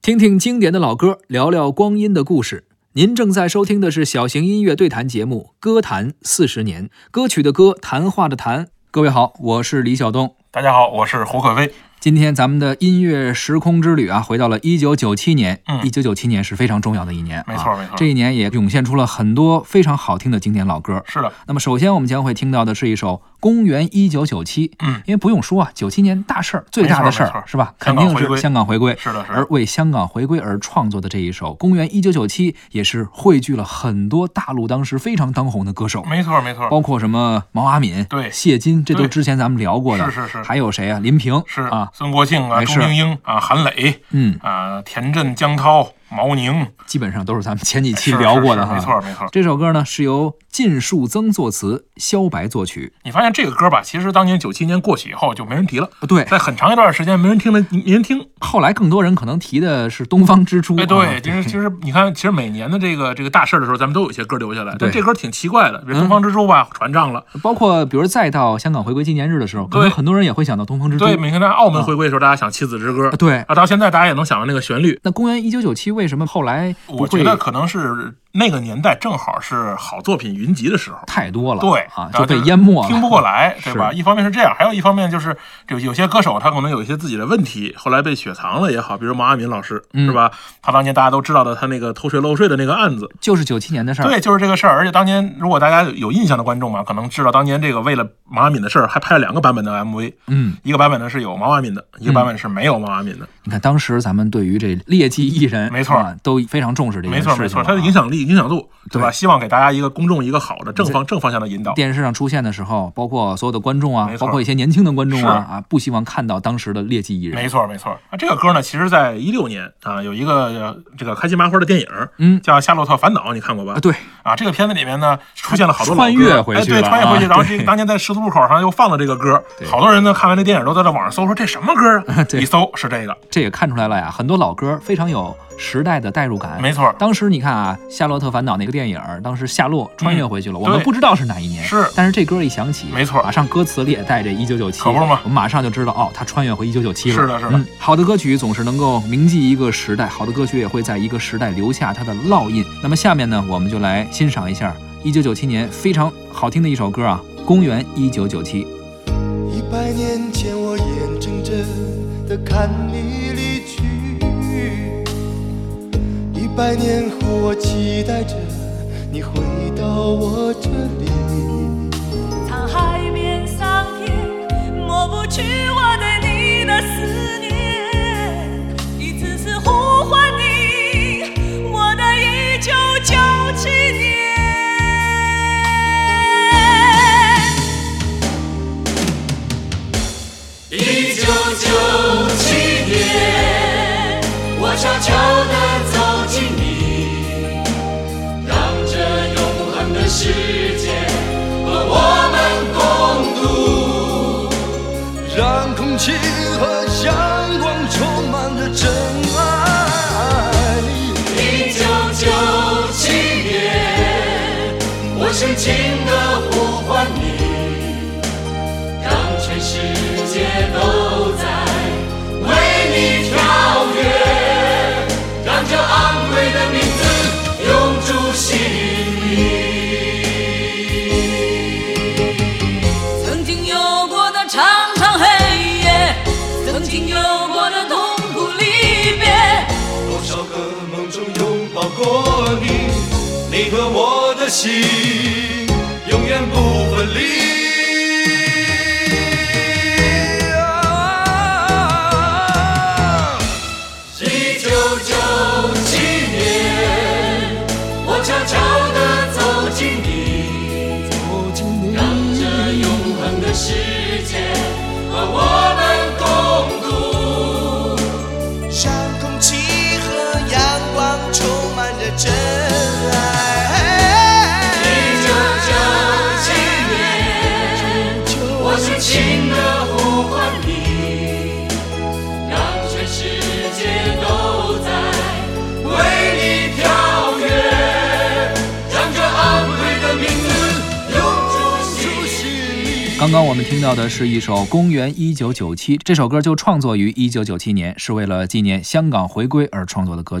听听经典的老歌，聊聊光阴的故事。您正在收听的是小型音乐对谈节目《歌坛四十年》，歌曲的歌，谈话的谈。各位好，我是李晓东。大家好，我是胡可飞。今天咱们的音乐时空之旅啊，回到了一九九七年。嗯一九九七年是非常重要的一年、啊，没错没错这一年也涌现出了很多非常好听的经典老歌。是的，那么，首先我们将会听到的是一首《公元一九九七》，嗯，因为不用说啊，九七年大事儿，最大的事儿没错没错是吧？肯香港定回是归香港回归。是的，是而的，为香港回归而创作的这一首《公元一九九七》，也是汇聚了很多大陆当时非常当红的歌手，没错没错，包括什么毛阿敏、对谢金，这都对之前咱们聊过的。是是是还有谁啊？林平是啊，孙国庆啊，没钟事明英啊，韩磊嗯，啊，田震、江涛、毛宁，基本上都是咱们前几期是聊是过是的哈。没错没错。这首歌呢是由靳树增作词，萧白作曲。你发现这个歌吧，其实当年九七年过去以后就没人提了，呃对，在很长一段时间没人听了，没人听。后来更多人可能提的是《东方之珠》哎，啊对，其实其实你看，其实每年的这个这个大事儿的时候，咱们都有一些歌留下来，对但嗯这歌挺奇怪的，比如《东方之珠》吧，传唱了。包括比如再到香港回归纪念日的时候，可能对很多人也会想到《东方之珠》对，你看在澳门嗯回归的时候，大家想《妻子之歌呃。》对，啊，到现在大家也能想到那个旋律，那公元一九九七为什么后来不我会觉得可能是那个年代正好是好作品云集的时候，太多了？对啊，然后就被是淹没了，听不过来，是对吧？一方面是这样，还有一方面就是有有些歌手他可能有一些自己的问题，后来被雪藏了也好，比如毛阿敏老师、嗯是吧？他当年大家都知道的他那个偷税漏税的那个案子，就是九七年的事儿。对，就是这个事儿。而且当年如果大家有印象的观众嘛，可能知道当年这个为了毛阿敏的事儿还拍了两个版本的 MV，嗯，一个版本呢是有毛阿敏的，一个版本是没有毛阿敏的。你看当时咱们对于这劣迹艺人，没错啊都非常重视这件没事情错了啊。没错，它的影响力、影响度，对吧？对希望给大家一个公众一个好的正方正方向的引导。电视上出现的时候，包括所有的观众啊没，错包括一些年轻的观众啊，是啊，不希望看到当时的劣迹艺人。没错，没错。啊，这个歌呢，其实在一六年啊，有一个呃这个开心麻花的电影，嗯叫《夏洛特烦恼》，你看过吧啊，？对，啊，这个片子里面呢，出现了好多穿老歌越回去哎，了对，穿越回去。啊？然后这个当年在十字路口上又放了这个歌，好多人呢看完这电影都在这网上搜说这什么歌啊 对一搜是这个，这也看出来了呀，很多老歌非常有时代的代入感。没错，当时你看啊，《夏洛特烦恼》那个电影，当时夏洛穿越回去了，我们嗯对不知道是哪一年，是但是这歌一响起，没错马上歌词里也带着一九九七，可不是吗我们马上就知道哦，他穿越回一九九七了。是的是的嗯，好的歌曲总是能够铭记一个时代，好的歌曲也会在一个时代留下它的烙印。那么下面呢，我们就来欣赏一下一九九七年非常好听的一首歌啊，《公元一九九七》。一百年前，我眼睁睁地看你离去；一百年后，我期待着你回到我这里。沧海变桑田，抹不去我对你的思念。一次次呼唤你，我的一九九七年。一九九七年，我悄悄地走进你。让这永恒的世界和我们共度。让空气和阳光充满了真爱。一九九七年，我深情地呼唤你，让全世界都在为你跳跃，让这昂贵的名字永驻心里。曾经有过的长长黑夜，曾经有过的痛苦离别。多少个梦中拥抱过你，你和我的心永远不分离。啊一九九七年，我悄悄地走进你，让这永恒的世界和我们共度。让空气和阳光充满着真爱。一九九七年，刚刚我们听到的是一首《公元一九九七》，这首歌就创作于一九九七年，是为了纪念香港回归而创作的歌曲。